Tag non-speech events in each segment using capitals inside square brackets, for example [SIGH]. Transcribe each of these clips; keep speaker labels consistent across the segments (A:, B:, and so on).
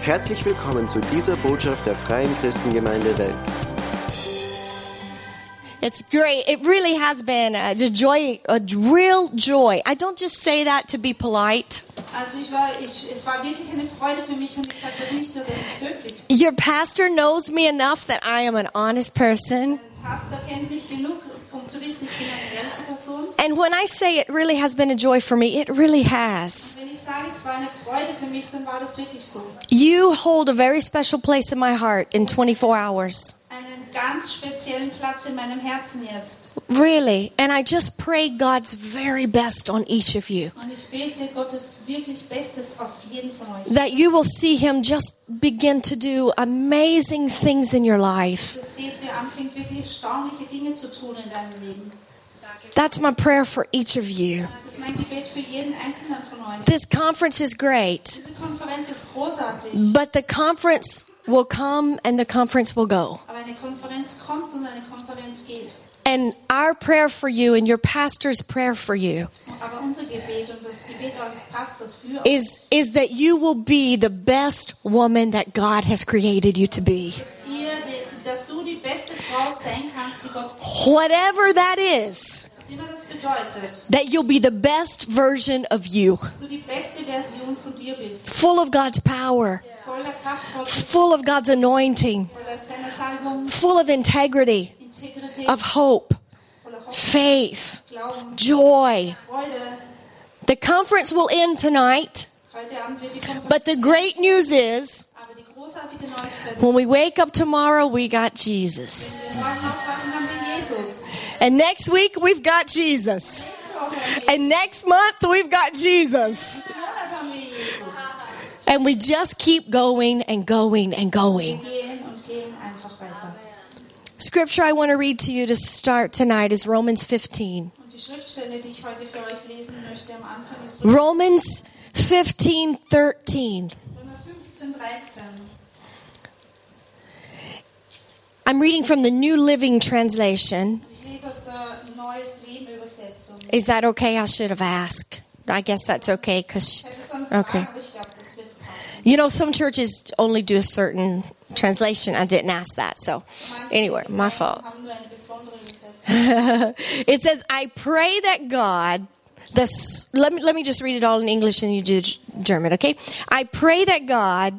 A: Herzlich willkommen zu dieser Botschaft der Freien Christengemeinde Wels.
B: It's great. It really has been a joy, a real joy. I don't just say that to be polite.
C: Also ich war, ich, es war wirklich eine Freude für mich und ich sage das nicht nur, dass ich höflich bin.
B: Your pastor knows me enough that I am an honest person.
C: Mein Pastor kennt mich genug, um zu wissen, ich bin eine ehrliche Person.
B: And when I say it really has been a joy for me, it really has.
C: Wenn ich sage, es war eine Freude für mich, dann war das wirklich so.
B: You hold a very special place in my heart in 24 hours.
C: Einen ganz speziellen Platz in meinem Herzen jetzt.
B: Really. And I just pray God's very best on each of you.
C: Und ich bete Gottes wirklich Bestes auf jeden von euch.
B: That you will see Him just begin to do amazing things in your life.
C: Dass ihr mir Also anfängt, wirklich erstaunliche Dinge zu tun in deinem Leben.
B: That's my prayer for each of you.
C: Das ist mein Gebet für jeden Einzelnen von euch.
B: This conference is great.
C: Diese Konferenz ist großartig,
B: But the conference will come and the conference will go.
C: aber eine Konferenz kommt und eine Konferenz geht.
B: And our prayer for you and your pastor's prayer for you
C: Aber unser Gebet und das Gebet eures Pastors für euch
B: is is that you will be the best woman that God has created you to be.
C: dass, ihr, die- dass du die beste Frau sein kannst, die Gott
B: Whatever that is,
C: was immer das bedeutet,
B: that you'll be the best version of you,
C: dass du die beste Version von dir bist,
B: full of God's power,
C: voller Kraft Gottes,
B: full of God's anointing,
C: voller seiner Salbung,
B: full of integrity,
C: Integrität,
B: of hope,
C: voller Hoffnung,
B: faith,
C: Glauben,
B: joy.
C: Freude.
B: The conference will end tonight,
C: Heute Abend wird die Konferenz,
B: but the great news is
C: aber die großartige Neuigkeit, wenn
B: When we wake up tomorrow, we got Jesus.
C: wir morgen aufwachen, haben wir Jesus.
B: And next week, we've got Jesus.
C: Nächste Woche haben wir-
B: And next month, we've got Jesus.
C: nächsten Monat haben wir Jesus.
B: And we just keep going and going and
C: Wir
B: going.
C: gehen und gehen einfach weiter.
B: Scripture I want to read to you to start tonight is Romans 15.
C: Und die Schriftstelle, die ich heute für euch lesen möchte am Anfang ist Römer
B: Romans 15 13.
C: 15, 13.
B: I'm reading from the New Living Translation.
C: Ich lese aus der Neues Leben Übersetzung. Ich
B: Is that okay? I should have asked. I guess that's okay because.
C: hätte so eine Frage,
B: Okay.
C: aber ich glaube, das wird passen.
B: You know, some churches only do a certain translation. I didn't ask that, so
C: Manche
B: anyway, my
C: Gemeinden
B: fault.
C: haben nur eine besondere Übersetzung.
B: [LAUGHS] it says, "I pray that God." The s- let me let me just read it all in English and you do G- German, okay? I pray that God,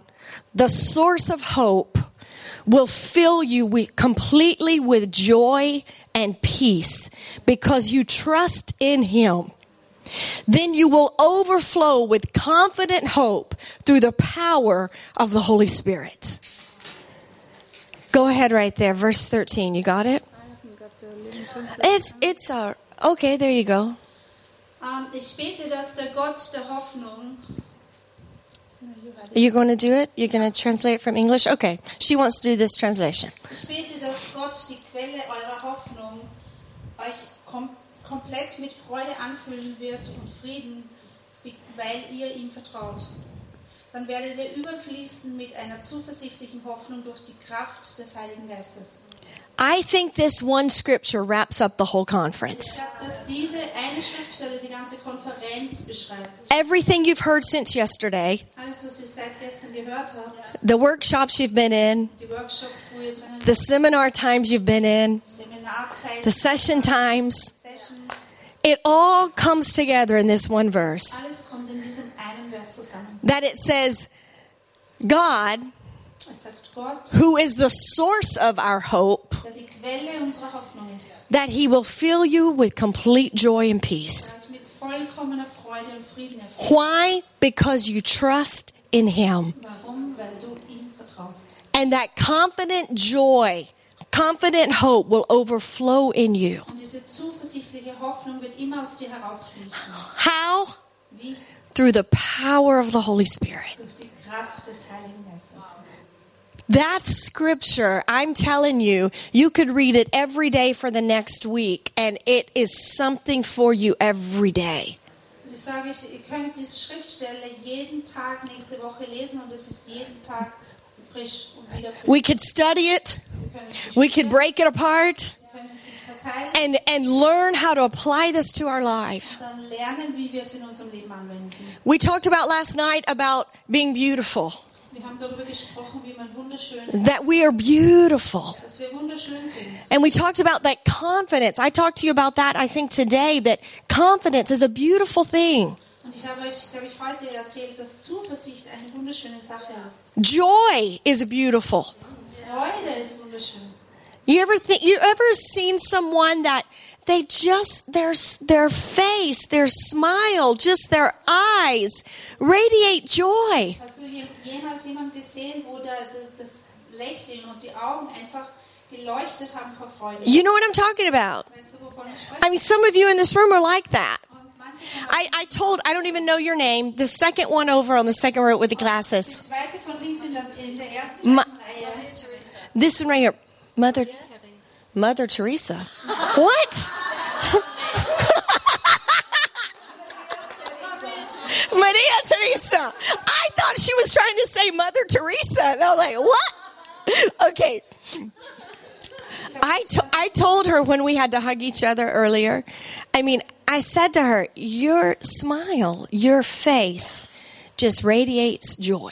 B: the source of hope, will fill you with, completely with joy and peace because you trust in Him. Then you will overflow with confident hope through the power of the Holy Spirit. Go ahead right there, verse 13. You got it? It's it's uh, okay. There you go.
C: Ähm, ich bete, dass der Gott der Hoffnung.
B: Are you going to do it? You're going to translate from English? Okay. She wants to do this translation.
C: Ich bete, dass Gott die Quelle eurer Hoffnung euch kom komplett mit Freude anfüllen wird und Frieden, be- weil ihr ihm vertraut. Dann werdet ihr überfließen mit einer zuversichtlichen Hoffnung durch die Kraft des Heiligen Geistes.
B: I think this one scripture wraps up the whole
C: Ich
B: conference.
C: glaube, dass diese eine Schriftstelle die ganze Konferenz beschreibt.
B: Everything you've heard since yesterday,
C: Alles, was ihr seit gestern gehört habt,
B: the workshops you've been in,
C: die Workshops, wo ihr drinnen
B: the seminar times you've been in,
C: wart, Seminarzeiten,
B: the session times,
C: Sessions,
B: it all comes together in this one verse.
C: alles kommt in diesem einen Vers zusammen.
B: That it says, God,
C: Es sagt Gott,
B: who is the source of our hope,
C: der die Quelle unserer Hoffnung ist,
B: that he will fill you with complete joy and peace.
C: der euch mit vollkommener Freude und Frieden erfüllt.
B: Why? Because you trust in Him.
C: Warum? Weil du ihm vertraust.
B: And that confident joy, confident hope will overflow in you.
C: Und diese zuversichtliche Hoffnung wird immer aus dir herausfließen.
B: How?
C: Wie?
B: Through the power of the Holy Spirit.
C: Durch die Kraft des Heiligen Geistes.
B: That scripture, I'm telling you, you could read it every day for the next week, and it is something for you every day.
C: Ich sage, ich- ihr könnt diese Schriftstelle jeden Tag nächste Woche lesen und es ist jeden Tag frisch und wieder frisch.
B: We could study it,
C: Wir können sie,
B: we could break it apart,
C: wir können sie zerteilen
B: and, and learn how to apply this to our life.
C: und dann lernen, wie wir es in unserem Leben anwenden.
B: We talked about last night about being beautiful.
C: Wir haben darüber gesprochen, wie man wunderschön ist,
B: that we are beautiful.
C: dass wir wunderschön sind.
B: And we talked about that confidence. I talked to you about that, I think, today, but confidence is a beautiful thing.
C: Und ich habe euch, glaube ich, heute erzählt, dass Zuversicht eine wunderschöne Sache ist.
B: Joy is beautiful.
C: Freude ist wunderschön.
B: You ever think you ever seen someone that they just their their face, their smile, just their eyes radiate joy.
C: Hast du je- jemals jemanden gesehen, wo da das- das Lächeln und die Augen einfach geleuchtet haben vor Freude?
B: You know what I'm talking about?
C: Weißt du, wovon ich spreche?
B: I mean, some of you in this room are like that.
C: Und manche von euch-
B: I, I told I don't even know your name. The second one over on the second row with the
C: die
B: glasses.
C: zweite von links in der, in der ersten
B: Ma-
C: Reihe.
B: This one right here, Mother Mother Teresa. What? [LAUGHS] Maria Teresa. I thought she was trying to say Mother Teresa. And I was like, what? Okay. I, to- I told her when we had to hug each other earlier, I mean, I said to her, your smile, your face just radiates joy.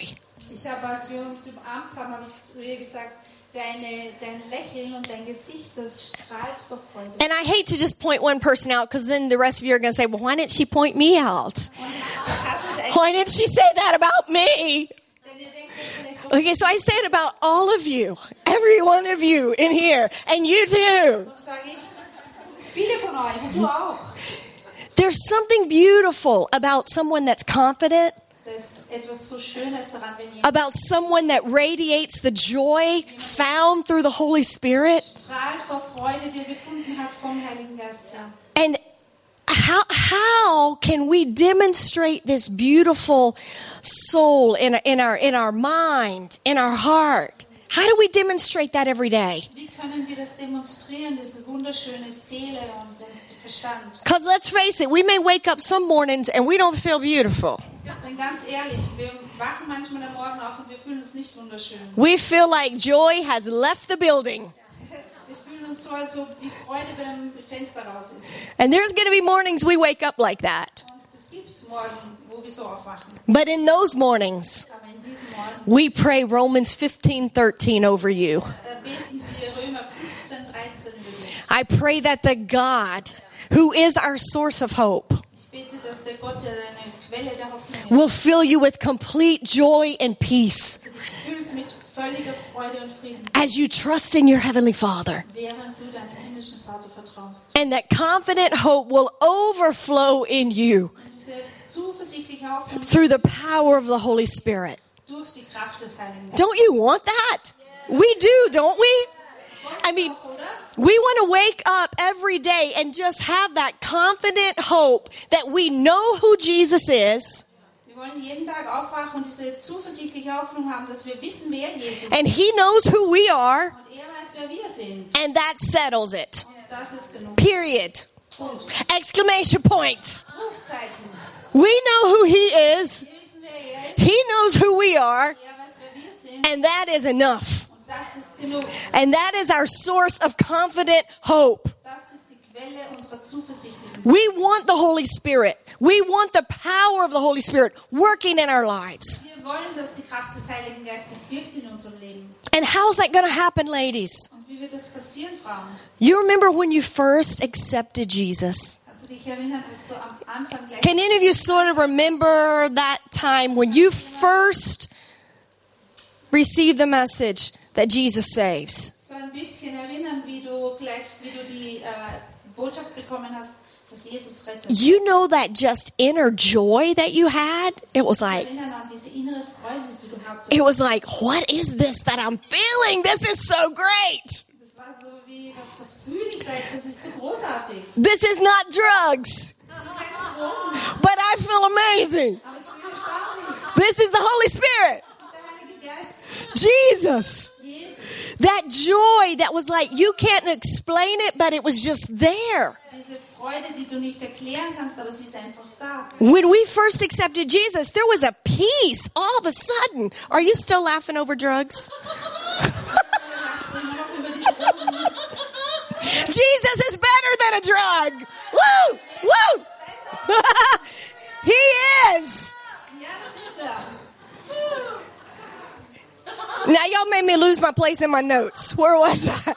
C: Ich habe, als wir uns umarmt haben, habe ich zu ihr gesagt, deine, dein Lächeln und dein Gesicht, das strahlt vor Freude.
B: And I hate to just point one person out because then the rest of you are going to say, well, why didn't she point me out?
C: Und ich hasse es eigentlich,
B: Why didn't she say that about me?
C: denn ihr denkt euch vielleicht, warum
B: Okay, so I say it about all of you, every one of you in here, and you too.
C: sage ich, viele von euch und du auch,
B: There's something beautiful about someone that's confident,
C: das ist etwas so Schönes daran, wenn jemand
B: about someone that radiates the joy found through the Holy Spirit.
C: strahlt vor Freude, die er gefunden hat vom Heiligen Geist her.
B: And how, how can we demonstrate this beautiful soul in, in, our, in our mind, in our heart? How do we demonstrate that every day?
C: Wie können wir das demonstrieren, diese wunderschöne Seele und den Verstand?
B: Because let's face it, we may wake up some mornings and we don't feel beautiful.
C: Denn ganz ehrlich, wir wachen manchmal am Morgen auf und wir fühlen uns nicht wunderschön.
B: We feel like joy has left the building.
C: Wir fühlen uns so, als ob die Freude beim Fenster raus ist.
B: And there's going to be mornings we wake up like that.
C: Und es gibt Morgen, wo wir so aufwachen.
B: But in those mornings,
C: Aber in diesen Morgen,
B: we pray Romans 15:13 over you.
C: da äh, beten wir Römer 15, 13 mit dir.
B: I pray that the God who is our source of hope
C: Ich bete, dass der Gott, der deine Quelle der Hoffnung ist,
B: will fill you with complete joy and peace
C: dass er dich füllt mit völliger Freude und Frieden,
B: as you trust in your heavenly Father.
C: während du deinem himmlischen Vater vertraust.
B: And that confident hope will overflow in you
C: Und diese zuversichtliche Hoffnung
B: through the power of the Holy Spirit.
C: durch die Kraft des Heiligen Geistes.
B: Don't you want that? We do, don't we? I mean,
C: Auch, oder?
B: we want to wake up every day and just have that confident hope that we know who Jesus is
C: Wir wollen jeden Tag aufwachen und diese zuversichtliche Hoffnung haben, dass wir wissen, wer Jesus ist.
B: and He knows who we are,
C: Und er weiß, wer wir sind.
B: and that settles it.
C: Und das ist genug.
B: Period.
C: Punkt.
B: Exclamation point.
C: Rufzeichen.
B: We know who He is,
C: Wir wissen, wer er ist.
B: He knows who we are,
C: Er weiß, wer wir sind.
B: and that is enough.
C: Und das ist genug.
B: And that is our source of confident hope.
C: Das ist die Quelle unserer zuversichtlichen.
B: We want the Holy Spirit. We want the power of the Holy Spirit working in our lives.
C: Wir wollen, dass die Kraft des Heiligen Geistes wirkt in unserem Leben.
B: And how's that going to happen, ladies?
C: Und wie wird das passieren, Frauen?
B: You remember when you first accepted Jesus?
C: Kannst du dich erinnern, dass du am Anfang gleich
B: Can any of you sort of remember that time when you first received the message that Jesus saves?
C: so ein bisschen erinnern, wie du gleich, wie du die äh, Botschaft bekommen hast, dass Jesus rettet?
B: You know that just inner joy that you had? It was like,
C: Erinnern an diese innere Freude, die du hattest.
B: it was like, what is this that I'm feeling? This is so great.
C: Das war so wie, was, was fühle ich da jetzt? Das ist so großartig.
B: This is not drugs,
C: Das sind keine Drogen,
B: but I feel amazing.
C: aber ich fühle erstaunlich.
B: This is the Holy Spirit,
C: Das ist der Heilige Geist,
B: Jesus.
C: Jesus.
B: That joy that was like, you can't explain it, but it was just there.
C: Diese Freude, die du nicht erklären kannst, aber sie ist einfach da.
B: When we first accepted Jesus, there was a peace all of a sudden. Are you still laughing over drugs?
C: Du lachst immer noch über die Drogen.
B: Jesus is better than a drug. Woo! Woo! [LAUGHS] he is.
C: Ja, das ist er.
B: y'all made me lose my place in my notes. Where was I?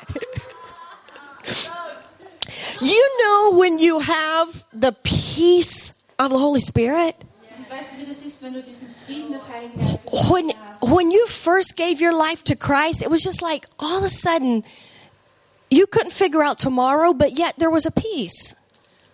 B: you know when you have the peace of the Holy Spirit?
C: Weißt du, wie das ist, wenn du diesen Frieden des Heiligen Geistes
B: When
C: hast?
B: when you first gave your life to Christ, it was just like all of a sudden you couldn't figure out tomorrow, but yet there was a peace.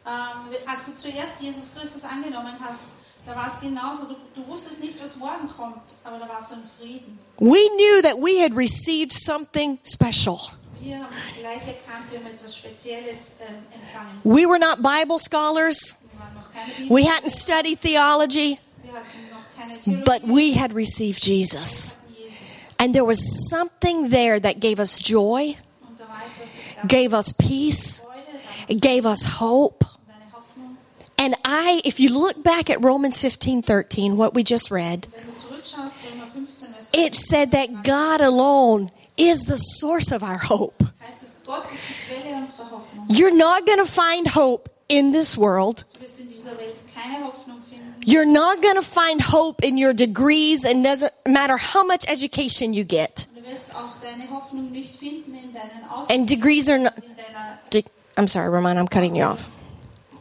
C: Ähm, als du zuerst Jesus Christus angenommen hast, da war es genauso. Du, du wusstest nicht, was morgen kommt, aber da war so ein Frieden.
B: We knew that we had received something special.
C: Wir haben gleich erkannt, wir haben etwas Spezielles ähm, empfangen.
B: We were not Bible scholars.
C: Wir waren noch keine Bibel,
B: We hadn't studied theology,
C: wir hatten noch keine Theologie,
B: but we had received Jesus.
C: hatten Jesus.
B: And there was something there that gave us joy,
C: Und da war etwas, das gab
B: gave us peace,
C: Freude, da
B: it gave us hope.
C: war deine Hoffnung.
B: And I, if you look back at Romans 15 13, what we just read,
C: Wenn du zurückschaust, Römer 15, Vers
B: it said that God alone is the source of our hope.
C: heißt es, Gott ist die Quelle unserer Hoffnung.
B: You're not going to find hope in this world.
C: Du wirst in dieser Welt keine Hoffnung finden.
B: You're not going to find hope in your degrees and doesn't matter how much education you get.
C: Du wirst auch deine Hoffnung nicht finden in deinen
B: And
C: Ausbildungen,
B: degrees are not,
C: in deiner
B: de- I'm sorry, Ramon, I'm cutting you off.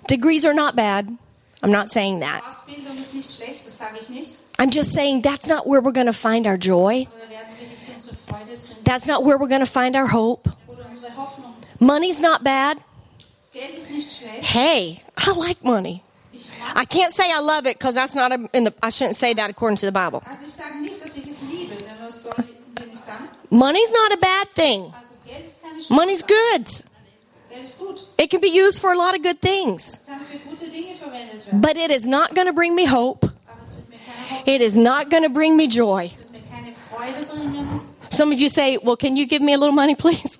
B: Degrees are not bad. I'm not saying that.
C: Ausbildung ist nicht schlecht, das sage ich nicht.
B: I'm just saying that's not where we're going to find our joy.
C: Aber da werden wir nicht unsere Freude drin
B: That's not where we're going to find our hope.
C: oder unsere Hoffnung.
B: Money's not bad.
C: Geld ist nicht schlecht.
B: Hey, I like money.
C: Ich mag,
B: I can't say I love it because that's not a, in the. I shouldn't say that according to the Bible.
C: also ich sage nicht, dass ich es liebe, denn das soll mir nicht sagen.
B: Money's not a bad thing.
C: Also Geld ist keine schlechte
B: Money's
C: Sache.
B: good.
C: Geld ist gut.
B: It can be used for a lot of good things,
C: Es kann für gute Dinge verwendet werden.
B: but it is not going to bring me hope.
C: Aber es wird mir keine Hoffnung,
B: It is not going to bring me joy.
C: es wird mir keine Freude bringen.
B: Some of you say, "Well, can you give me a little money, [LAUGHS] please?"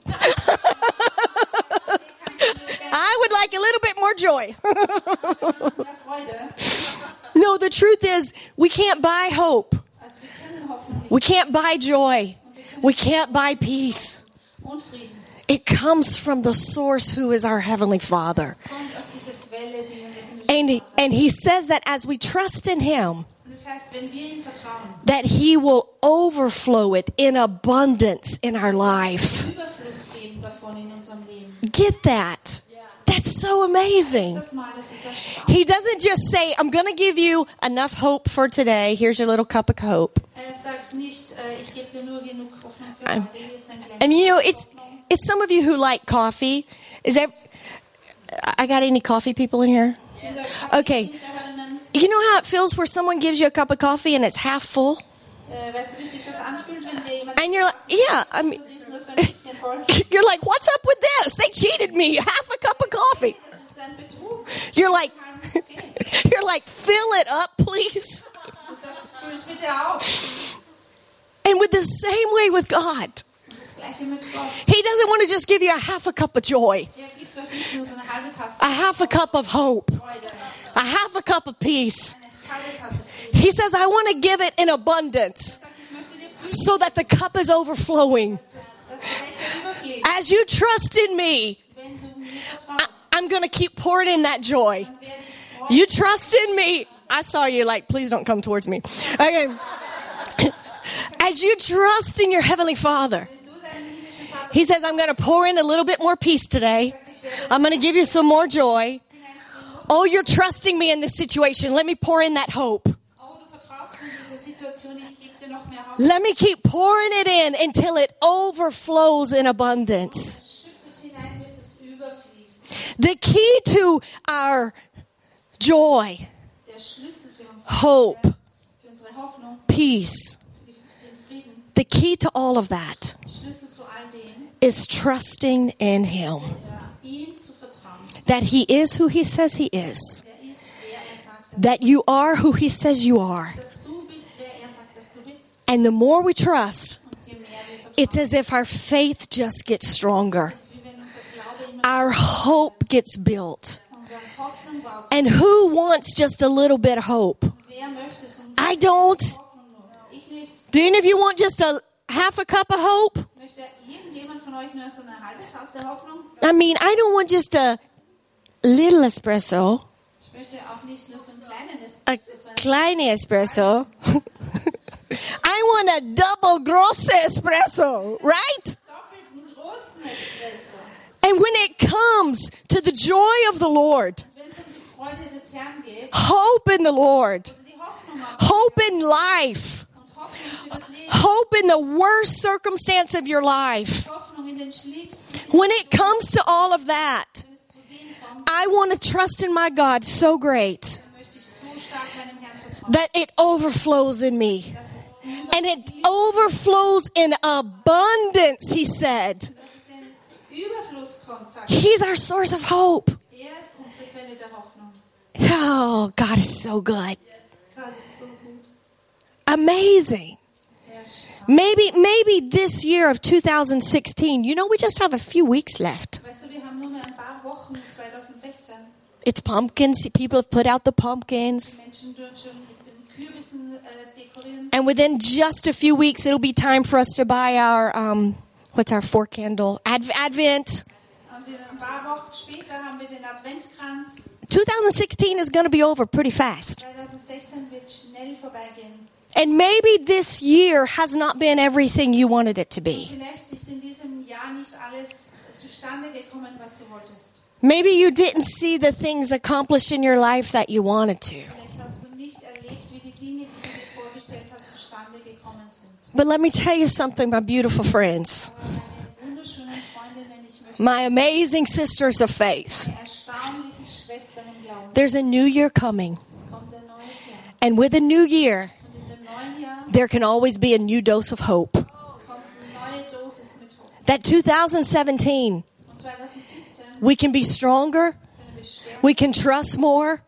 B: I would like a little bit more joy.
C: Es ist mehr
B: [LAUGHS]
C: Freude.
B: no, the truth is, we can't buy hope.
C: Also wir können Hoffnung nicht
B: We can't buy joy. We can't buy peace.
C: und Frieden.
B: It comes from the source who is our Heavenly Father.
C: Es kommt aus dieser Quelle, die unser himmlischer
B: And,
C: Vater
B: and He says that as we trust in Him,
C: ist. Und das heißt, wenn wir ihm vertrauen,
B: that He will overflow it in abundance in our life.
C: Überfluss geben davon in unserem Leben.
B: Get that? That's so amazing.
C: Das mal, das ist erstaunlich.
B: He doesn't just say, I'm going to give you enough hope for today. Here's your little cup of hope.
C: Er sagt nicht, äh, ich gebe dir nur genug Hoffnung für
B: I'm-
C: heute. Hier ist ein kleines
B: And you know,
C: bisschen
B: it's
C: Hoffnung.
B: it's some of you who like coffee. Is that I got any coffee people in here?
C: Sind da
B: [LAUGHS] Okay.
C: Kaffeetrinkerinnen?
B: You know how it feels where someone gives you a cup of coffee and it's half full?
C: Äh, weißt du, wie sich das anfühlt, wenn dir jemand
B: And you're
C: [LAUGHS]
B: like, yeah, I mean, [LAUGHS]
C: Das ist nur so ein bisschen voll.
B: you're like, what's up with this? They cheated me. Half a cup of coffee.
C: Das ist ein Betrug.
B: You're like,
C: Kann fehlen.
B: you're like, fill it up, please.
C: Du sagst, füll es bitte auf.
B: And with the same way with God,
C: Und das gleiche mit Gott.
B: He doesn't want to just give you a half a cup of joy,
C: Er gibt euch nicht nur so eine halbe Tasse
B: a half a cup of hope,
C: Freude,
B: a half a cup of peace.
C: eine halbe Tasse Frieden.
B: He says, I want to give it in abundance
C: Sag, ich möchte dir fühlen,
B: so that the cup is overflowing.
C: dass das Recht überfließt.
B: As you trust in me,
C: Wenn du mir
B: I-
C: vertraust,
B: I'm going to keep pouring in that joy.
C: dann werde ich freuen.
B: You trust in me. I saw you like, please don't come towards me. Okay. [LAUGHS] As you trust in your Heavenly Father,
C: Wenn du deinen himmlischen Vater
B: He says, I'm going to pour in a little bit more peace today. I'm going to give you some more joy.
C: hineinfühlen musst,
B: Oh, you're trusting me in this situation. Let me pour in that hope.
C: oh, du vertraust mir in dieser Situation, ich gebe dir noch mehr Hoffnung.
B: Let me keep pouring it in until it overflows in abundance.
C: Schüttet hinein, bis es überfließt.
B: The key to our joy,
C: Der Schlüssel für unsere
B: hope,
C: für unsere Hoffnung,
B: peace,
C: für den Frieden,
B: the key to all of that
C: Schlüssel zu all dem,
B: is trusting in Him.
C: ist, ihm zu vertrauen.
B: That He is who He says He is.
C: Er ist, wer er sagt, dass,
B: That you are who He says you are.
C: dass du bist, wer er sagt, dass du bist.
B: And the more we trust,
C: Und je mehr wir vertrauen,
B: it's as if our faith just gets stronger.
C: ist wie wenn unser Glaube immer
B: Our hope gets built.
C: unsere Hoffnung baut.
B: And who wants just a little bit of hope?
C: Wer möchte so eine
B: I don't.
C: Hoffnung nur? Ich nicht.
B: Do any of you want just a half a cup of hope?
C: Möchte irgendjemand von euch nur so eine halbe Tasse Hoffnung?
B: I mean, I don't want just a little espresso.
C: Ich möchte auch nicht nur so ein kleines.
B: a kleine espresso. [LAUGHS] I want a double grosso espresso, right?
C: doppelten großen Espresso.
B: And when it comes to the joy of the Lord,
C: Wenn es um die Freude des Herrn geht,
B: hope in the Lord,
C: um die Hoffnung auf
B: hope in life,
C: und Hoffnung für das Leben,
B: hope in the worst circumstance of your life.
C: Hoffnung in den schlimmsten Situationen,
B: When it comes to all of that,
C: wenn es zu dem kommt,
B: I want to trust in my God so great
C: dann möchte ich so stark meinem Herrn vertrauen,
B: that it overflows in me.
C: dass es über-
B: And it overflows in abundance, he said.
C: dass es in Überfluss kommt, sagt er.
B: He's our source of hope.
C: Er ist unsere Quelle der Hoffnung.
B: Oh, God is so good.
C: Das ist so gut.
B: Amazing.
C: Er ist stark.
B: Maybe maybe this year of 2016, you know we just have a few weeks left.
C: Weißt du, wir haben nur mehr ein paar Wochen 2016.
B: It's pumpkins, people have put out the pumpkins.
C: Die Menschen dürfen schon mit den Kürbissen äh, dekorieren.
B: And within just a few weeks it'll be time for us to buy our um what's our four candle Adv- Advent.
C: Und in ein paar Wochen später haben wir den Adventkranz.
B: 2016 is going to be over pretty fast.
C: 2016 wird schnell vorbeigehen.
B: And maybe this year has not been everything you wanted it to be.
C: Vielleicht ist in diesem Jahr nicht alles zustande gekommen, was du wolltest.
B: Maybe you didn't see the things accomplished in your life that you wanted to.
C: Vielleicht hast du nicht erlebt, wie die Dinge, die du dir vorgestellt hast, zustande gekommen sind.
B: But let me tell you something, my beautiful friends,
C: Aber meine wunderschönen Freundinnen, ich möchte
B: my amazing sisters of faith.
C: meine erstaunlichen Schwestern im Glauben.
B: There's a new year coming.
C: Es kommt ein neues Jahr.
B: And with a new year,
C: Und in dem neuen Jahr
B: there can always be a new dose of hope.
C: kommt eine neue Dosis mit Hoffnung.
B: That 2017,
C: Und 2017
B: we can be stronger,
C: können wir stärker,
B: we can trust more,
C: mehr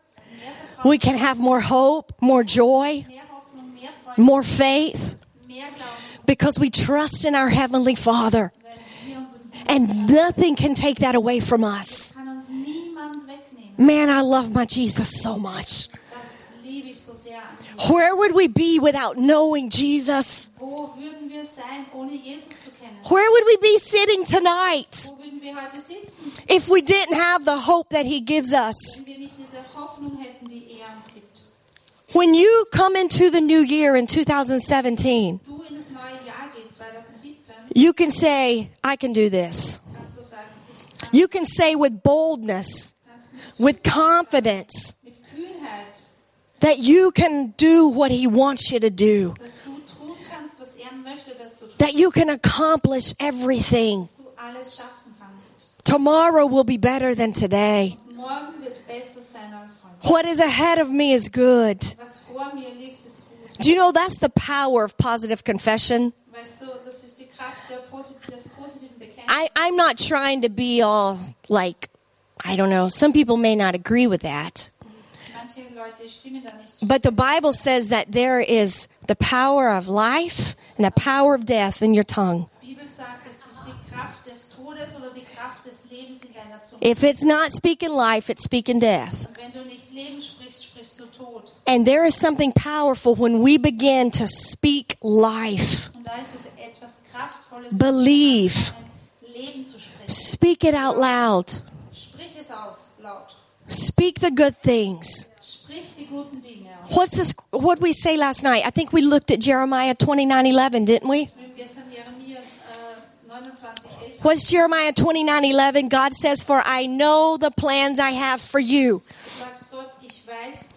C: Vertrauen,
B: we can have more hope, more joy,
C: mehr Hoffnung, mehr Freude,
B: more faith.
C: mehr Glauben,
B: Because we trust in our Heavenly Father,
C: weil wir uns
B: and nothing can take that away from us.
C: kann uns niemand wegnehmen.
B: Man, I love my Jesus so much.
C: Das liebe ich so sehr an ihm.
B: Where would we be without knowing Jesus?
C: Wo würden wir sein, ohne Jesus zu kennen?
B: Where would we be sitting tonight
C: Wo würden wir heute sitzen,
B: if we didn't have the hope that He gives us?
C: wenn wir nicht diese Hoffnung hätten, die er uns gibt?
B: When you come into the new year in 2017,
C: Du in das neue Jahr gehst, 2017,
B: you can say, I can do this.
C: kannst du sagen, ich kann
B: You can say with boldness,
C: das nicht.
B: with confidence,
C: Mit Kühnheit,
B: that you can do what He wants you to do,
C: dass du tun kannst, was er möchte, dass du tust,
B: that you can accomplish everything.
C: dass du alles schaffen kannst.
B: Tomorrow will be better than today.
C: Morgen wird besser sein als heute.
B: What is ahead of me is good.
C: Was vor mir liegt, ist gut.
B: Do you know that's the power of positive confession?
C: Weißt du, das ist die Kraft der Posit des positiven Bekenntnisses.
B: I, I'm not trying to be all like, I don't know, some people may not agree with that,
C: Manche Leute stimmen da nicht.
B: but the Bible says that there is the power of life and the power of death in your tongue.
C: Die Bibel sagt, es ist die Kraft des Todes oder die Kraft des Lebens in deiner Zunge.
B: If it's not speaking life, it's speaking death.
C: Und wenn du nicht Leben sprichst, sprichst du Tod.
B: And there is something powerful when we begin to speak life,
C: Und da ist es etwas Kraftvolles,
B: believe,
C: Leben zu sprechen.
B: speak it out loud,
C: Sprich es aus, laut.
B: speak the good things.
C: Sprich die guten Dinge aus.
B: What's this? What we say last night? I think we looked at Jeremiah twenty nine eleven, didn't we?
C: Wir haben gestern Jeremia äh, 29, 11
B: What's Jeremiah twenty nine eleven? God says, "For I know the plans I have for you."
C: sagt Gott, ich weiß,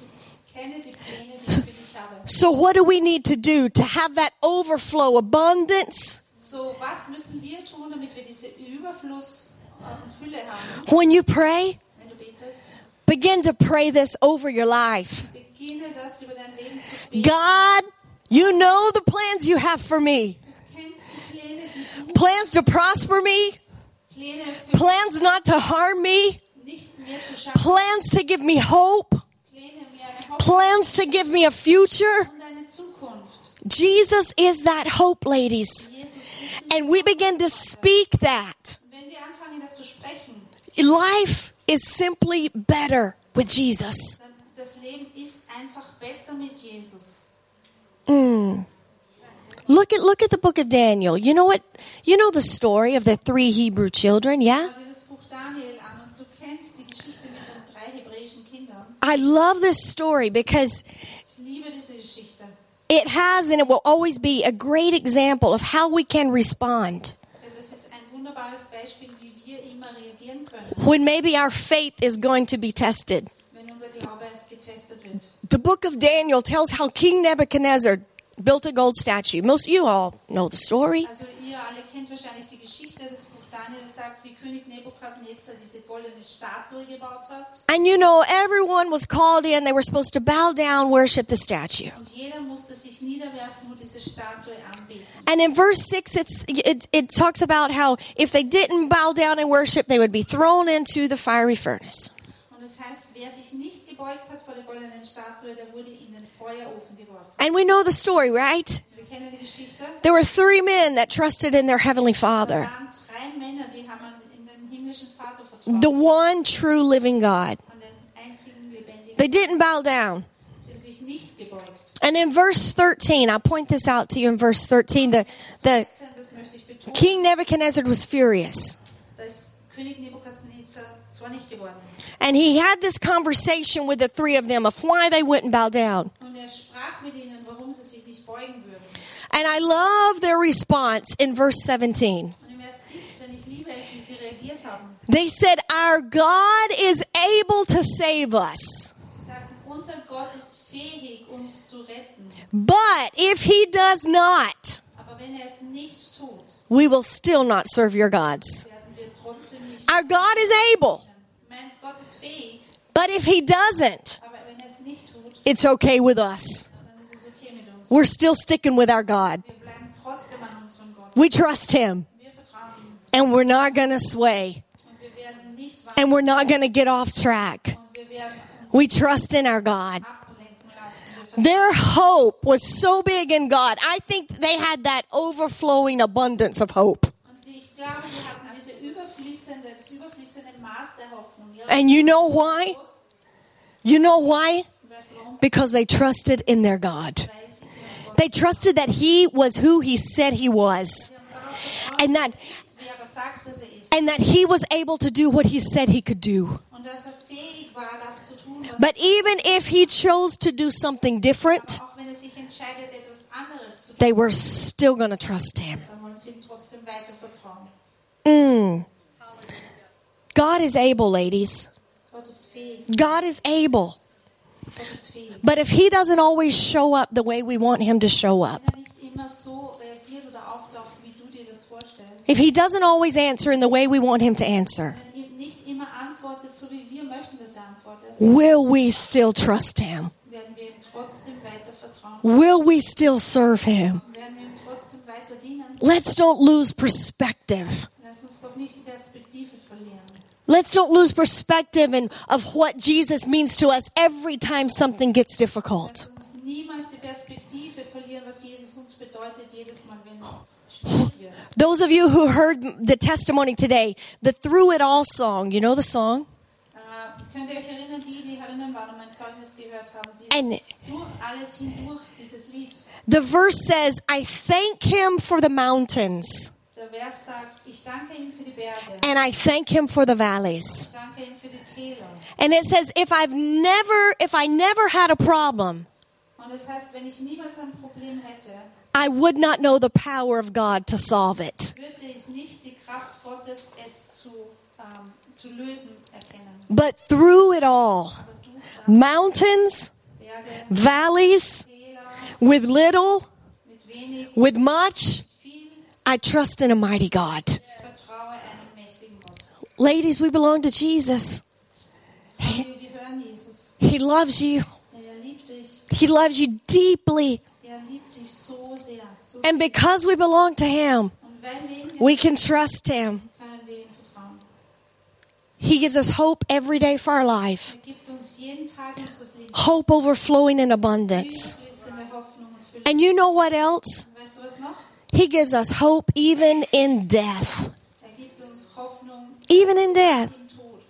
C: ich kenne die Pläne, die ich für dich habe.
B: So, what do we need to do to have that overflow, abundance?
C: So, was müssen wir tun, damit wir diese Überfluss und Fülle haben?
B: When you pray,
C: Wenn du betest,
B: begin to pray this over your life.
C: beginne das über dein Leben zu beten.
B: God, you know the plans you have for me.
C: Du kennst die Pläne, die
B: Plans to prosper me,
C: du Pläne für
B: plans not to harm me,
C: nicht mehr zu schaffen,
B: plans to give me hope,
C: Pläne mehr eine Hoffnung
B: plans to give me a future.
C: und eine Zukunft.
B: Jesus is that hope, ladies.
C: Jesus ist es.
B: And we begin to speak that.
C: Wenn wir anfangen, das zu sprechen,
B: Life is simply better with Jesus.
C: dann das Leben ist einfach besser mit Jesus.
B: Look at look at the book of Daniel. You know what? You know the story of the three Hebrew children, yeah?
C: Schau dir das Buch Daniel an und du kennst die Geschichte mit den drei hebräischen Kindern.
B: I love this story because
C: Ich liebe diese Geschichte.
B: It has and it will always be a great example of how we can respond
C: Denn es ist ein wunderbares Beispiel, wie wir immer reagieren können,
B: when maybe our faith is going to be tested.
C: wenn unser Glaube getestet wird.
B: The book of Daniel tells how King Nebuchadnezzar built a gold statue. Most you all know the story.
C: Also ihr alle kennt wahrscheinlich die Geschichte des Buch Daniel, das sagt, wie König Nebukadnezar diese goldene Statue gebaut hat.
B: And you know, everyone was called in. They were supposed to bow down, worship the statue.
C: Und jeder musste sich niederwerfen und diese Statue anbeten.
B: And in verse 6, it's, it, it talks about how if they didn't bow down and worship, they would be thrown into the fiery furnace.
C: Und es heißt, wer sich nicht gebeugt hat vor der goldenen Statue, der wurde in den Feuerofen geworfen.
B: And we know the story, right?
C: Wir kennen die Geschichte.
B: There were three men that trusted in their Heavenly
C: Da
B: Father,
C: waren drei Männer, die haben an- in den himmlischen Vater vertraut,
B: the one true living God.
C: an den einzigen Lebendigen.
B: They didn't bow down.
C: Sie haben sich nicht gebeugt.
B: And in verse 13, I'll point this out to you in verse 13, the, the
C: Das möchte ich betonen,
B: King Nebuchadnezzar was furious.
C: dass König Nebukadnezar zornig geworden ist.
B: And he had this conversation with the three of them of why they wouldn't bow down.
C: Und er sprach mit ihnen, warum sie sich nicht beugen würden.
B: And I love their response in verse 17.
C: Und im Vers 17, ich liebe es, wie sie reagiert haben.
B: They said, Our God is able to save us.
C: Sie sagten, unser Gott ist fähig, uns zu retten.
B: But if he does not,
C: Aber wenn er es nicht tut,
B: we will still not serve your gods.
C: werden wir trotzdem nicht.
B: Our God is able.
C: Mein Gott ist fähig,
B: But if he doesn't,
C: aber wenn er es nicht tut,
B: it's okay with us.
C: dann ist es okay mit uns.
B: We're still sticking with our God.
C: Wir bleiben trotzdem an unserem Gott.
B: We trust him
C: Wir vertrauen ihm.
B: and we're not going to sway
C: Und wir werden nicht wanken.
B: and we're not going to get off track.
C: Und wir werden uns
B: We trust in our God.
C: ablenken lassen. Wir vertrauen
B: Their hope was so big in God. I think they had that overflowing abundance of hope.
C: Und ich glaube, wir hatten diese überfließende, das überfließende Maß der Hoffnung. Ja,
B: And you know why?
C: groß.
B: You know why?
C: Weißt du warum?
B: Because they trusted in their God.
C: Weil sie ihren Gott
B: They trusted that He was who He said He was,
C: Sie haben darauf vertraut,
B: And that-
C: dass er ist, wie er sagt, dass er ist.
B: and that He was able to do what He said He could do.
C: Und dass er fähig war, das zu tun, was
B: But even if He chose to do something different,
C: auch wenn er sich entscheidet, etwas anderes zu tun,
B: they were still going to trust Him.
C: dann wollen sie ihm trotzdem weiter vertrauen.
B: Mm. God is able, ladies.
C: Gott ist fähig,
B: God is able.
C: Gott ist fähig.
B: But if He doesn't always show up the way we want Him to show up,
C: Wenn er nicht immer so reagiert oder auftaucht, wie du dir das vorstellst,
B: if He doesn't always answer in the way we want Him to answer,
C: wenn er ihm nicht immer antwortet, so wie wir möchten, dass er antwortet,
B: will we still trust Him?
C: werden wir ihm trotzdem weiter vertrauen.
B: Will we still serve Him?
C: Werden wir ihm trotzdem weiter dienen?
B: Let's don't lose perspective.
C: Lass uns doch nicht die Perspektive verlieren.
B: Let's don't lose perspective and of what Jesus means to us every time something gets difficult.
C: Lass uns niemals die Perspektive verlieren, was Jesus uns bedeutet, jedes Mal, wenn es schwierig wird.
B: Those of you who heard the testimony today, the Through It All song, you know the song?
C: Äh, könnt ihr euch erinnern, die, die erinnern waren und mein Zeugnis gehört haben, die
B: Eine.
C: durch alles hindurch, dieses Lied.
B: The verse says, I thank him for the mountains
C: Der Vers sagt, ich danke ihm für die Berge,
B: and I thank him for the valleys.
C: ich danke ihm für die Täler.
B: And it says, if I've never, if I never had a problem,
C: Und das heißt, wenn ich niemals ein Problem hätte,
B: I would not know the power of God to solve it.
C: würde ich nicht die Kraft Gottes, es zu, ähm, zu lösen, erkennen.
B: But through it all,
C: Aber du,
B: mountains,
C: Berge,
B: valleys,
C: Täler,
B: with little,
C: mit wenig,
B: with much,
C: viel,
B: I trust in a mighty God.
C: ich vertraue einem mächtigen Gott.
B: Ladies, we belong to Jesus.
C: Und wir gehören Jesus.
B: He loves you.
C: Denn Er liebt dich.
B: He loves you deeply.
C: Er liebt dich so sehr. So
B: And because we belong to Him,
C: sehr. Und weil wir ihn
B: we can trust Him.
C: können wir ihm vertrauen.
B: He gives us hope every day for our life.
C: Er gibt uns jeden Tag unseres Lebens
B: Hope overflowing in abundance.
C: überfließende Hoffnung und Fülle.
B: And you know what else?
C: Und weißt du was noch?
B: He gives us hope even in death.
C: Er gibt uns Hoffnung
B: Even in death.
C: im Tod.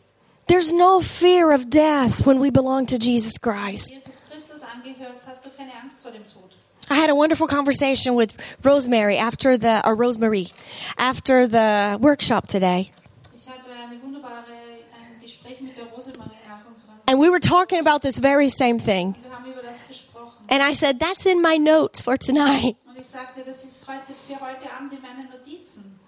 B: There's no fear of death when we belong to Jesus Christ.
C: Jesus Christus angehörst, hast du keine Angst vor dem Tod.
B: I had a wonderful conversation with Rosemary after the or Rosemary after the workshop today.
C: Ich hatte eine wunderbare ein Gespräch mit der Rosemarie nach unserem.
B: And we were talking about this very same thing.
C: Wir haben über das gesprochen.
B: And I said, That's in my notes for tonight. [LAUGHS]
C: Und ich sagte, das ist heute, für heute Abend in meinen Notizen.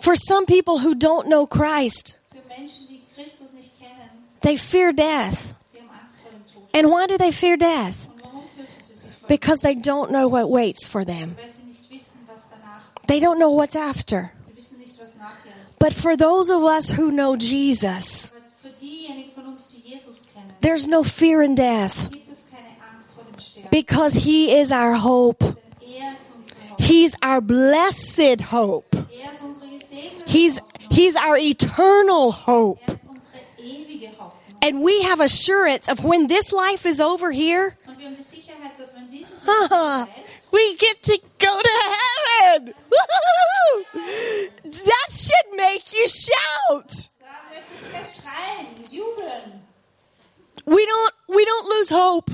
B: For some people who don't know Christ,
C: Für Menschen, die Christus nicht kennen,
B: they fear death.
C: die haben Angst vor dem Tod.
B: And why do they fear death?
C: Und warum fürchten sie sich vor dem Tod?
B: Because they don't know what waits for them,
C: Weil sie nicht wissen, was danach,
B: they don't know what's after.
C: sie wissen nicht, was nachher ist.
B: But for those of us who know Jesus,
C: Aber für diejenigen von uns, die Jesus kennen,
B: there's no fear in death
C: gibt es keine Angst vor dem Sterben.
B: because He is our hope.
C: Denn er ist unsere Hoffnung.
B: He's our blessed hope.
C: Er ist unsere gesegnete
B: He's,
C: Hoffnung.
B: he's our eternal hope.
C: Er ist unsere ewige Hoffnung.
B: And we have assurance of when this life is over here,
C: Und wir haben die Sicherheit, dass wenn dieses Leben
B: haha,
C: vorbei ist,
B: [LAUGHS] we get to go to heaven. Woo-hoo-hoo! That should make you shout.
C: da möchte ich wieder schreien und jubeln.
B: We don't we don't lose hope.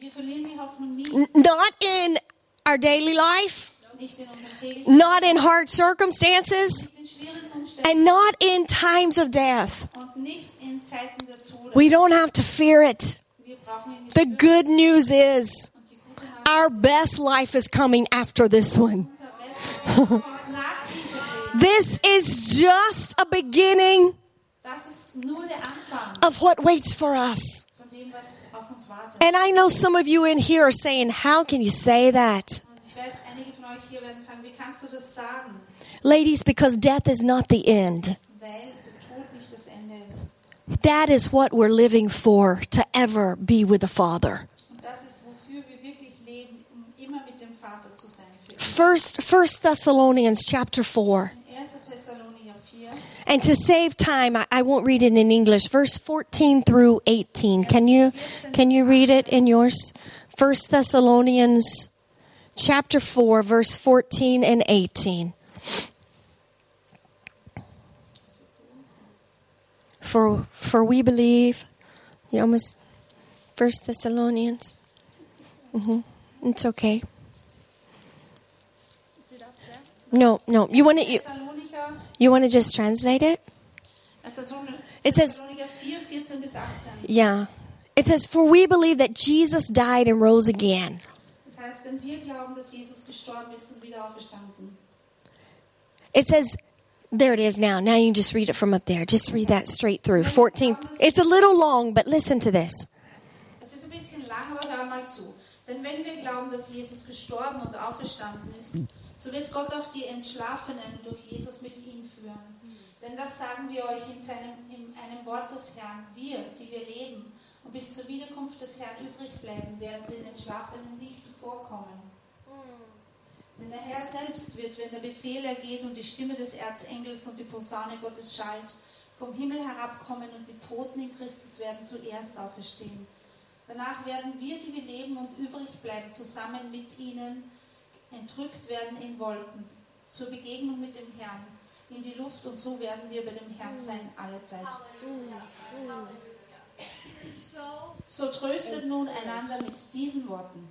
C: Wir verlieren die Hoffnung nie.
B: N- Not in our daily life,
C: Nicht in unserem täglichen,
B: not in hard circumstances,
C: nicht in schwierigen Umständen
B: and not in times of death.
C: und nicht in Zeiten des Todes.
B: We don't have to fear it.
C: Wir brauchen ihn nicht.
B: The good news is
C: Und die gute Nachricht
B: our best life is coming after this one.
C: unser Bestes kommt nach diesem Leben.
B: This is just a beginning
C: Das ist nur der Anfang
B: of what waits for us.
C: von dem, was auf uns wartet.
B: And I know some of you in here are saying, How can you say that?
C: Und ich weiß, einige von euch hier werden sagen, wie kannst du das sagen?
B: Ladies, because death is not the end.
C: Weil der Tod nicht das Ende ist.
B: That is what we're living for to ever be with the Father.
C: Und das ist, wofür wir wirklich leben, um immer mit dem Vater zu sein. Für ihn.
B: First, First Thessalonians chapter 4.
C: In 1. Thessalonicher 4,
B: And to save time, I, I won't read it in English. Verse 14 through 18. Can you can you read it in yours? First Thessalonians chapter 4 verse 14 and 18. For for we believe you almost First Thessalonians. hmm It's okay.
C: ist sie da? Ja?
B: No, no. You want to you,
C: Thessalonicher,
B: you want to just translate it?
C: 1. Thessalonicher
B: It says-
C: 4, 14 bis 18.
B: Yeah. It says, For we believe that Jesus died and rose again,
C: Das heißt, denn wir glauben, dass Jesus gestorben ist und wieder auferstanden.
B: It says, there it is now. Now you can just read it from up there. Just read that straight through. 14. It's a little long, but listen to this.
C: Das ist ein bisschen lang, aber hör mal zu. Denn wenn wir glauben, dass Jesus gestorben und auferstanden ist, so wird Gott auch die Entschlafenen durch Jesus mit ihm führen. Denn das sagen wir euch in, seinem, in einem Wort des Herrn. Wir, die wir leben und bis zur Wiederkunft des Herrn übrig bleiben, werden den Entschlafenen nicht zuvorkommen. Denn der Herr selbst wird, wenn der Befehl ergeht und die Stimme des Erzengels und die Posaune Gottes schallt, vom Himmel herabkommen und die Toten in Christus werden zuerst auferstehen. Danach werden wir, die wir leben und übrig bleiben, zusammen mit ihnen entrückt werden in Wolken zur Begegnung mit dem Herrn in die Luft und so werden wir bei dem Herrn sein alle Zeit. So tröstet nun einander mit diesen Worten.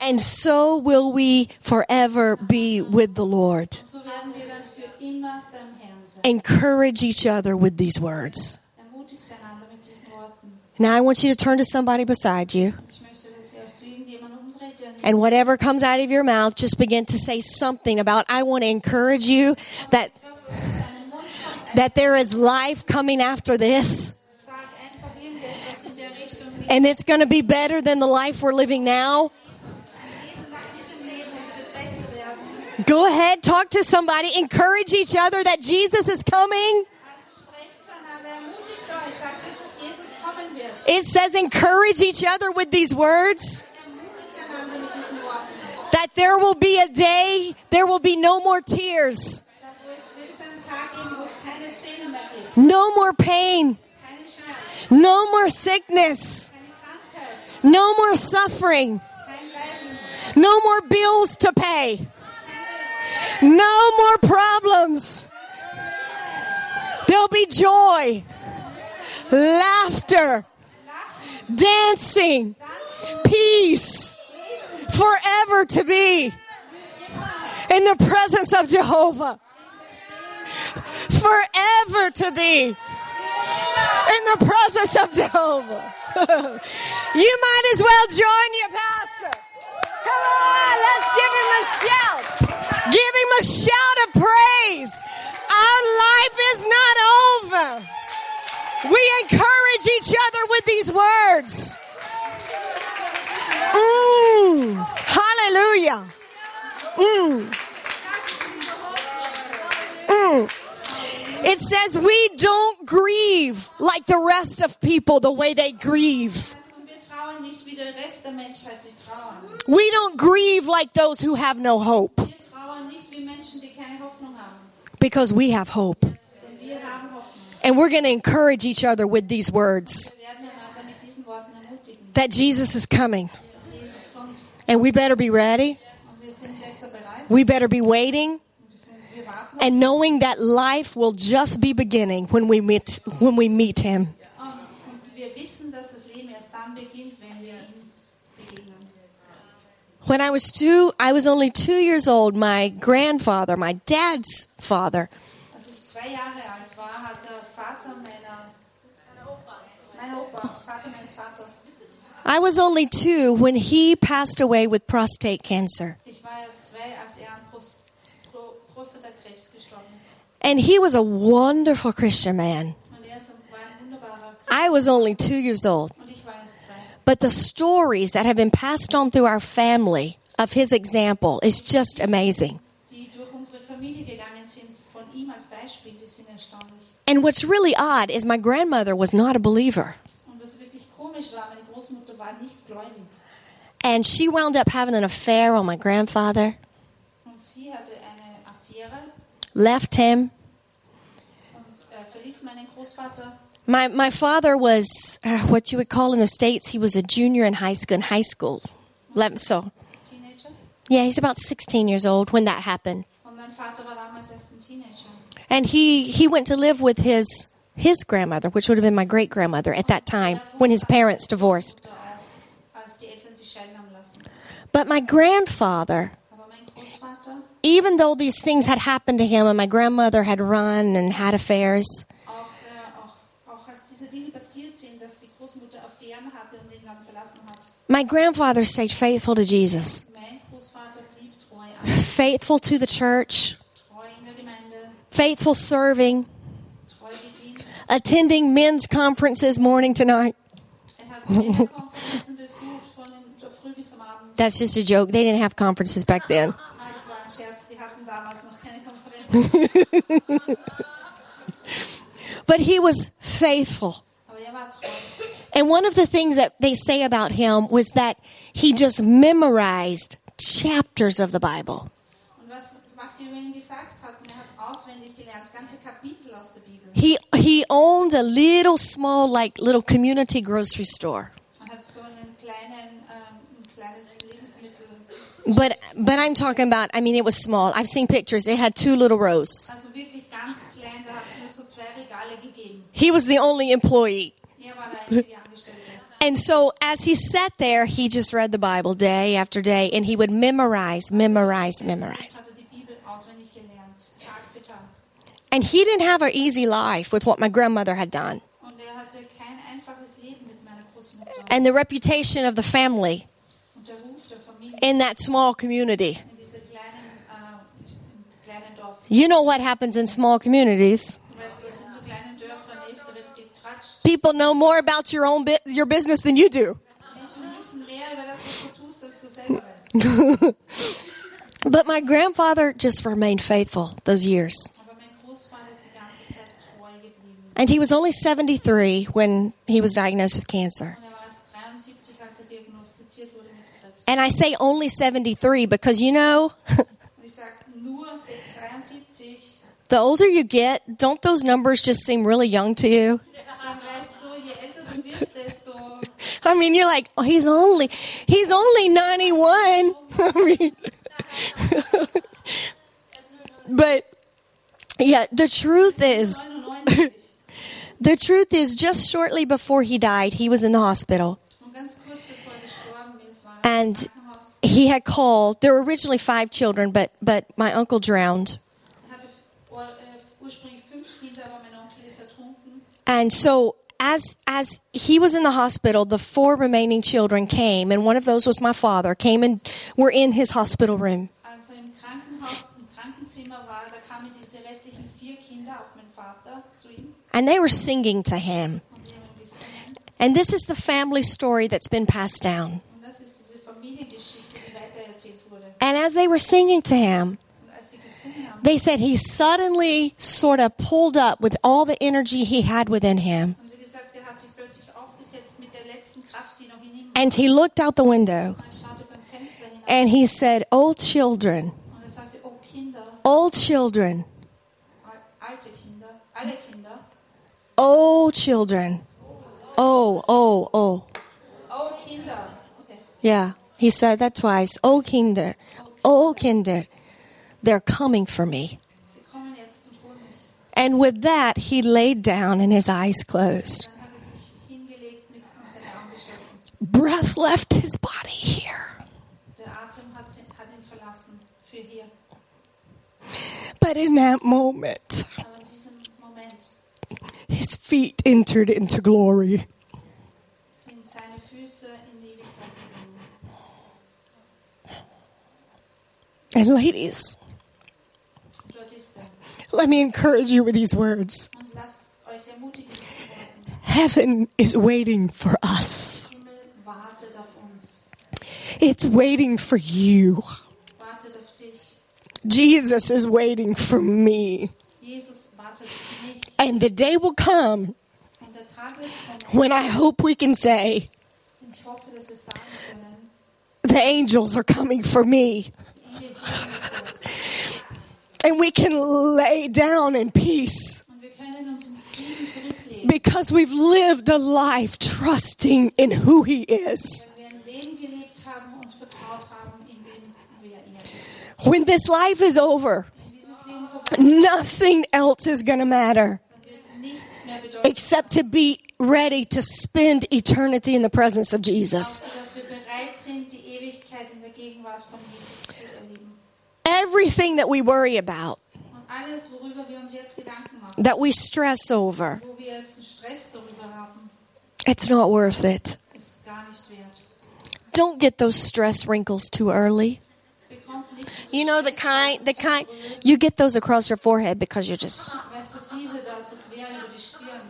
B: And so will we forever be with the Lord.
C: So werden wir dann für immer beim Herrn sein.
B: Encourage each other with these words.
C: Ermutigt einander mit diesen Worten.
B: Now I want you to turn to somebody beside you.
C: Und Ich möchte, dass ihr euch zu irgendjemandem umdreht, der nicht
B: And whatever comes out of your mouth, just begin to say something about, I want to encourage you that,
C: etwas aus seinem Mund kommt.
B: that there is life coming after this.
C: Sag einfach irgendetwas in der Richtung, wie
B: and it's going to be better than the life we're living now.
C: Leben nach diesem Leben, es wird besser werden.
B: Go ahead, talk to somebody, encourage each other that Jesus is coming.
C: Also sprecht zueinander, ermutigt euch, sagt euch, dass Jesus kommen wird.
B: It says encourage each other with these words
C: Ermutigt einander mit diesen Worten.
B: that there will be a day, there will be no more tears,
C: Da wo es wird es einen Tag geben, wo es keine Tränen mehr gibt,
B: no more pain,
C: keinen Schmerz,
B: no more sickness,
C: keine Krankheit,
B: no more suffering,
C: kein Leiden,
B: no more bills to pay, no more problems. There'll be joy, laughter,
C: Lachen,
B: dancing,
C: Tanzen,
B: peace
C: Frieden,
B: forever to be
C: immer
B: in the presence of Jehovah. Forever to be in the presence of Jehovah. [LAUGHS] You might as well join your pastor. Come on, let's give him a shout. Give him a shout of praise. Our life is not over. We encourage each other with these words. Mm, hallelujah. Mm. Mm. It says we don't grieve like the rest of people the way they grieve.
C: Und Also wir trauen nicht wie der Rest der Menschheit, die trauern.
B: We don't grieve like those who have no hope
C: Wir trauern nicht wie Menschen, die keine Hoffnung haben.
B: because we have hope.
C: Denn wir haben Hoffnung.
B: And we're going to encourage each other with these words
C: Wir werden einander mit diesen Worten ermutigen,
B: that Jesus is coming
C: dass Jesus kommt.
B: and we better be ready.
C: Und wir sind besser bereit.
B: We better be waiting
C: Wir, sind, wir warten
B: and knowing that life will just be beginning when we meet when we meet him.
C: Ähm, und wir wissen, dass das Leben erst dann beginnt, wenn wir ihm begegnen.
B: When I was 2, I was only 2 years old. My grandfather, my dad's father,
C: Als ich zwei Jahre alt war, hat der Vater meiner. Mein Opa, Vater meines Vaters.
B: I was only 2 when he passed away with prostate cancer.
C: Ich war erst zwei, als er an Brust, Pro, Prostatakrebs gestorben ist.
B: And he was a wonderful Christian man.
C: Und er ist ein, war ein wunderbarer Christ.
B: I was only 2 years old.
C: Und ich war erst zwei.
B: But the stories that have been passed on through our family of his example is just amazing.
C: Die durch unsere Familie gegangen sind, von ihm als Beispiel, die sind erstaunlich.
B: And what's really odd is my grandmother was not a believer.
C: Und was wirklich komisch war, meine Großmutter war nicht gläubig.
B: And she wound up having an affair on my grandfather,
C: Und sie hatte eine Affäre
B: left him.
C: und äh, verließ meinen Großvater.
B: My, my father was uh, what you would call in the States, he was a junior in high school. In high school. Let- So,
C: Teenager.
B: yeah, he's about 16 years old when that happened.
C: Und mein Vater war damals erst ein Teenager.
B: And he, he went to live with his, his grandmother, which would have been my great grandmother at that time when his parents divorced.
C: Mutter auf, als die Eltern sich scheiden haben lassen.
B: But my grandfather,
C: Aber mein Großvater,
B: even though these things had happened to him and my grandmother had run and had affairs,
C: auch, äh, auch, auch als diese Dinge passiert sind, dass die Großmutter Affären hatte und ihn dann verlassen hat,
B: my grandfather stayed faithful to Jesus,
C: mein Großvater blieb treu an,
B: faithful to the church,
C: treu in der Gemeinde,
B: faithful serving,
C: treu gedient.
B: attending men's conferences morning to night.
C: Er
B: [LAUGHS]
C: hat Männerkonferenzen besucht, von den, von früh bis am Abend.
B: That's just a joke. They didn't have conferences back then.
C: Nein, das war ein Scherz, die hatten damals noch keine
B: [LAUGHS]
C: Konferenzen.
B: But he was faithful.
C: Aber er war treu.
B: And one of the things that they say about him was that he just memorized chapters of the Bible.
C: Und was, was sie über ihn gesagt hatten, er hat auswendig gelernt, ganze Kapitel aus der Bibel.
B: He he owned a little small like little community grocery store.
C: Man hat so einen kleinen, ähm, ein kleines Lebensmittel.
B: But but I'm talking about I mean it was small. I've seen pictures. It had two little rows.
C: Also wirklich ganz klein, da hat es nur so zwei Regale gegeben.
B: He was the only employee.
C: Er war der einzige Angestellte.
B: And so as he sat there, he just read the Bible day after day and he would memorize, memorize,
C: Jetzt
B: memorize.
C: hat er die Bibel auswendig gelernt, Tag für Tag.
B: And he didn't have an easy life with what my grandmother had done.
C: Und er hatte kein einfaches Leben mit meiner Großmutter.
B: And the reputation of the family
C: Und der Ruf der Familie
B: in that small community.
C: in diesem kleinen, äh, kleinen Dorf.
B: You know what happens in small communities.
C: Du weißt, das sind so kleine Dörfer, ist, da wird getratscht.
B: People know more about your own bu- your business than you do.
C: Menschen wissen mehr über das, was du tust, als du selber weißt.
B: But my grandfather just remained faithful those years.
C: Aber mein Großvater ist die ganze Zeit treu geblieben.
B: And he was only 73 when he was diagnosed with cancer.
C: Und er war erst 73, als er diagnostiziert wurde mit Krebs.
B: And I say only 73 because you know,
C: Und ich sage nur 6, 73.
B: the older you get, don't those numbers just seem really young to you?
C: Dann weißt du, je älter du wirst, desto
B: I mean, you're like, oh, he's only he's only 91. [LAUGHS] I mean, but yeah, the truth is
C: 99.
B: the truth is just shortly before he died, he was in the hospital.
C: Und ganz kurz bevor er gestorben ist, war er im
B: and
C: Krankenhaus.
B: he had called there were originally five children but but my uncle drowned
C: Er hatte ur- äh, ursprünglich fünf Kinder, aber mein Onkel ist ertrunken.
B: and so as as he was in the hospital, the four remaining children came, and one of those was my father. Came and were in his hospital room.
C: Als er Also im Krankenhaus, im Krankenzimmer war, da kamen diese restlichen vier Kinder, auch mein Vater, zu ihm
B: and they were singing to him.
C: und die haben gesungen.
B: And this is the family story that's been passed down.
C: Und das ist diese Familiengeschichte, die weitererzählt wurde.
B: And as they were singing to him,
C: Und als sie gesungen haben,
B: they said he suddenly sort of pulled up with all the energy he had within him.
C: haben sie gesagt, er hat sich plötzlich aufgesetzt mit der letzten Kraft, die noch in ihm war.
B: And he looked out the window
C: Und er schaute beim Fenster hinein
B: and he said, Oh, children,
C: und er sagte, oh Kinder,
B: oh, children,
C: al- alte Kinder, alle Kinder,
B: oh, children, oh, oh, oh.
C: oh Kinder. Okay.
B: Yeah, he said that twice. Oh, kinder, oh, kinder, they're coming for me.
C: Sie kommen jetzt zum Brunnen.
B: And with that, he laid down and his eyes closed.
C: Dann hat er sich hingelegt mit und seine Arme geschlossen.
B: Breath left his body here.
C: Der Atem hat, sie- hat ihn verlassen für hier.
B: But in that moment,
C: Aber in diesem Moment
B: his feet entered into glory.
C: sind seine Füße in die Ewigkeit gegangen.
B: And ladies,
C: Und dort ist er.
B: let me encourage you with these words
C: Und lasst euch ermutigen mit diesen Worten.
B: Heaven is waiting for us,
C: Himmel wartet auf uns.
B: it's waiting for you.
C: Wartet auf dich.
B: Jesus is waiting for me.
C: Jesus wartet auf mich.
B: And the day will come
C: Und der Tag wird kommen.
B: when I hope we can say,
C: Und ich hoffe, dass wir sagen können,
B: The angels are coming for me.
C: die Engel bringen uns jetzt.
B: And we can lay down in peace
C: Und wir können uns im Frieden zurücklegen,
B: because we've lived a life trusting in who He is.
C: weil wir ein Leben gelebt haben und vertraut haben, in dem wer er ist.
B: When this life is over,
C: Wenn dieses Leben vorbei ist,
B: nothing else is going to matter
C: dann wird nichts mehr bedeuten,
B: except to be ready to spend eternity in the presence of Jesus.
C: außer dass wir bereit sind, die Ewigkeit in der Gegenwart von Jesus zu erleben.
B: Everything that we worry about,
C: Und alles, worüber wir uns jetzt Gedanken machen,
B: that we stress over,
C: wo wir jetzt einen Stress darüber haben,
B: it's not worth it.
C: ist gar nicht wert.
B: Don't get those stress wrinkles too early.
C: Bekommt nicht diese
B: You know the
C: Stress-
B: kind, the kind you get those across your forehead because you're just
C: Weißt du, diese da so quer über die Stirn.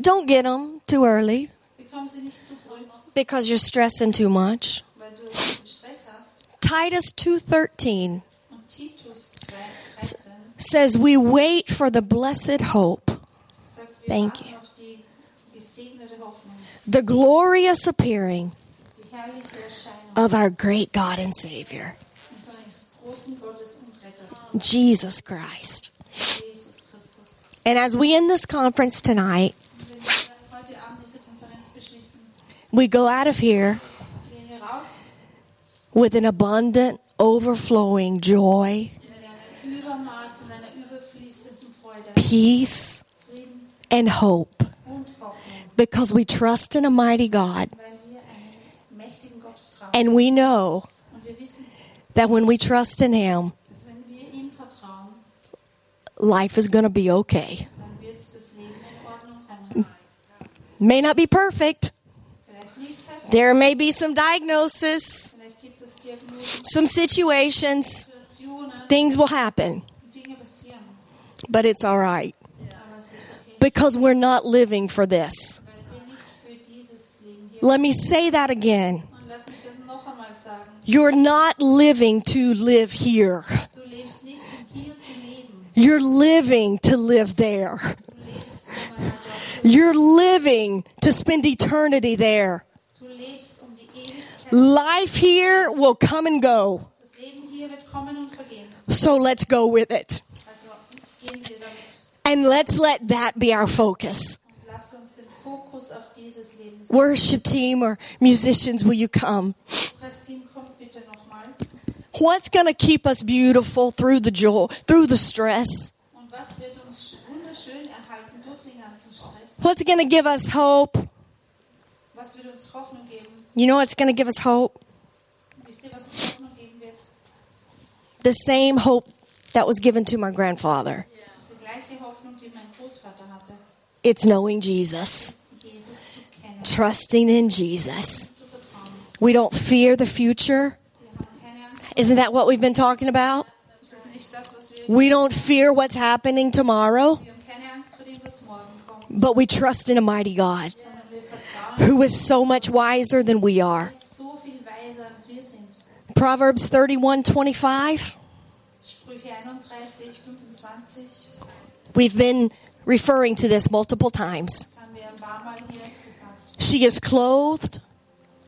B: don't get them too early
C: Bekommen sie nicht zu früh,
B: because you're stressing too much.
C: weil du Stress hast.
B: Titus 2:13
C: Und Titus 13
B: says we wait for the blessed hope,
C: sagt, wir
B: Thank
C: warten
B: you.
C: auf die gesegnete Hoffnung,
B: the glorious appearing
C: die herrliche Erscheinung
B: of our great God and Savior,
C: unseres großen Gottes und
B: Uh.
C: Retters,
B: Jesus Christ.
C: Jesus Christus.
B: And as we end this conference tonight,
C: Und wenn wir heute Abend diese Konferenz beschließen,
B: we go out of here
C: gehen wir raus
B: with an abundant, overflowing joy,
C: mit einem Übermaß und einer überfließenden Freude,
B: peace,
C: Frieden
B: and hope
C: und Hoffnung,
B: because we trust in a mighty God
C: weil wir einen mächtigen Gott vertrauen.
B: and we know
C: Und wir wissen,
B: that when we trust in Him,
C: dass wenn wir ihm vertrauen,
B: life is going to be okay.
C: dann wird das Leben in Ordnung kommen.
B: May not be perfect.
C: Vielleicht nicht perfekt,
B: There may be some diagnosis,
C: vielleicht gibt es Diagnosen,
B: some situations,
C: Situationen,
B: things will happen,
C: Dinge passieren.
B: but it's all right
C: Aber es ist okay,
B: because we're not living for this.
C: weil wir nicht für dieses Leben hier
B: Let me say that again.
C: Und lass mich das noch einmal sagen.
B: You're not living to live here.
C: Du lebst nicht, um hier zu leben.
B: You're living to live there.
C: Du lebst, um einmal dort
B: You're living to spend eternity there.
C: zu Du lebst, um die Ewigkeit.
B: Life here will come and go.
C: Das Leben hier wird kommen und vergehen.
B: So let's go with it.
C: Also gehen wir damit.
B: And let's let that be our focus.
C: Und lass uns den Fokus auf dieses Leben setzen.
B: Worship team or musicians, will you come?
C: Christine, kommt bitte nochmal.
B: What's going to keep us beautiful through the joy, through the stress?
C: Und was wird uns wunderschön erhalten durch den ganzen Stress?
B: What's going to give us hope?
C: Was wird uns Hoffnung geben?
B: You know what's going to give us hope?
C: Wisst ihr, was uns Hoffnung geben wird?
B: The same hope that was given to my grandfather.
C: Diese gleiche Hoffnung, die mein Großvater hatte.
B: It's knowing Jesus,
C: Jesus zu kennen,
B: trusting in Jesus.
C: zu vertrauen.
B: We don't fear the future.
C: Wir haben keine Angst.
B: Isn't that what we've been talking about?
C: Das ist nicht das, was wir.
B: We don't fear what's happening tomorrow,
C: Wir haben keine Angst vor dem, was morgen kommt,
B: but we trust in a mighty God
C: sondern wir vertrauen
B: who is so much wiser than we are.
C: so viel weiser, als wir sind.
B: Proverbs 31:25.
C: Sprüche 31, 25,
B: We've been referring to this multiple times.
C: das haben wir ein paar Mal hier jetzt gesagt.
B: She is clothed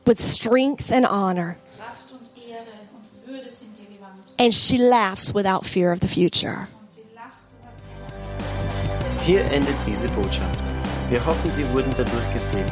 B: with strength and honor,
C: Kraft und Ehre und Würde sind dir gewandt.
B: and she laughs without fear of the future.
C: Und sie lacht und hat
A: Hier endet diese Botschaft. Wir hoffen, Sie wurden dadurch gesegnet.